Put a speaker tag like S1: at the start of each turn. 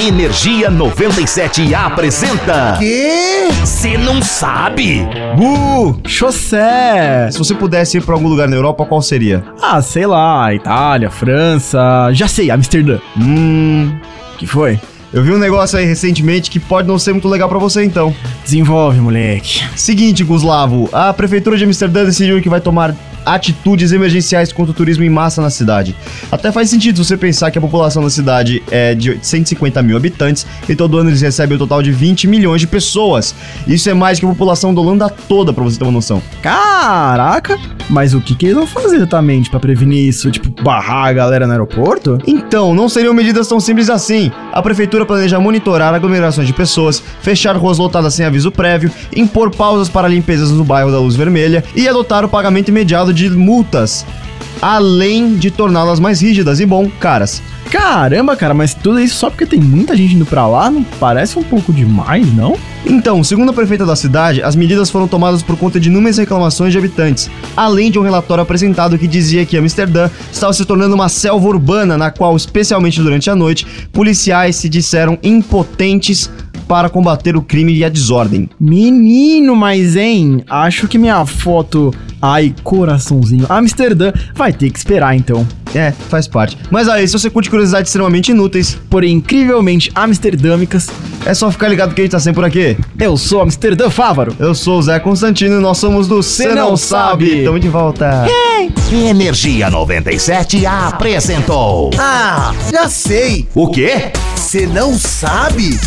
S1: Energia 97 apresenta.
S2: Quê?
S1: Você não sabe?
S2: Uh, Chaussé!
S3: É, Se você pudesse ir pra algum lugar na Europa, qual seria?
S2: Ah, sei lá, Itália, França, já sei, Amsterdã.
S3: Hum.
S2: Que foi?
S3: Eu vi um negócio aí recentemente que pode não ser muito legal pra você então.
S2: Desenvolve, moleque.
S3: Seguinte, Guslavo, a prefeitura de Amsterdã decidiu que vai tomar atitudes emergenciais contra o turismo em massa na cidade. Até faz sentido você pensar que a população da cidade é de 150 mil habitantes e todo ano eles recebem um total de 20 milhões de pessoas. Isso é mais que a população da Holanda toda, pra você ter uma noção.
S2: Caraca! Mas o que, que eles vão fazer exatamente pra prevenir isso? Tipo, barrar a galera no aeroporto?
S3: Então, não seriam medidas tão simples assim. A prefeitura planeja monitorar aglomerações de pessoas, fechar ruas lotadas sem aviso prévio, impor pausas para limpezas no bairro da Luz Vermelha e adotar o pagamento imediato de multas, além de torná-las mais rígidas e, bom, caras.
S2: Caramba, cara, mas tudo isso só porque tem muita gente indo pra lá? Não parece um pouco demais, não?
S3: Então, segundo a prefeita da cidade, as medidas foram tomadas por conta de inúmeras reclamações de habitantes, além de um relatório apresentado que dizia que Amsterdã estava se tornando uma selva urbana, na qual, especialmente durante a noite, policiais se disseram impotentes para combater o crime e a desordem.
S2: Menino, mas hein, acho que minha foto. Ai, coraçãozinho. Amsterdã vai ter que esperar então.
S3: É, faz parte. Mas aí, se você curte curiosidades extremamente inúteis,
S2: Porém, incrivelmente amsterdâmicas,
S3: é só ficar ligado que a gente tá sempre por aqui.
S2: eu sou Amsterdã Fávaro.
S3: Eu sou o Zé Constantino e nós somos do Cê
S2: Cê
S3: Não
S2: Não
S3: Sabe.
S2: Sabe.
S3: Tamo de volta.
S1: Energia 97 apresentou.
S4: Ah, já sei!
S1: O quê?
S4: Você não sabe?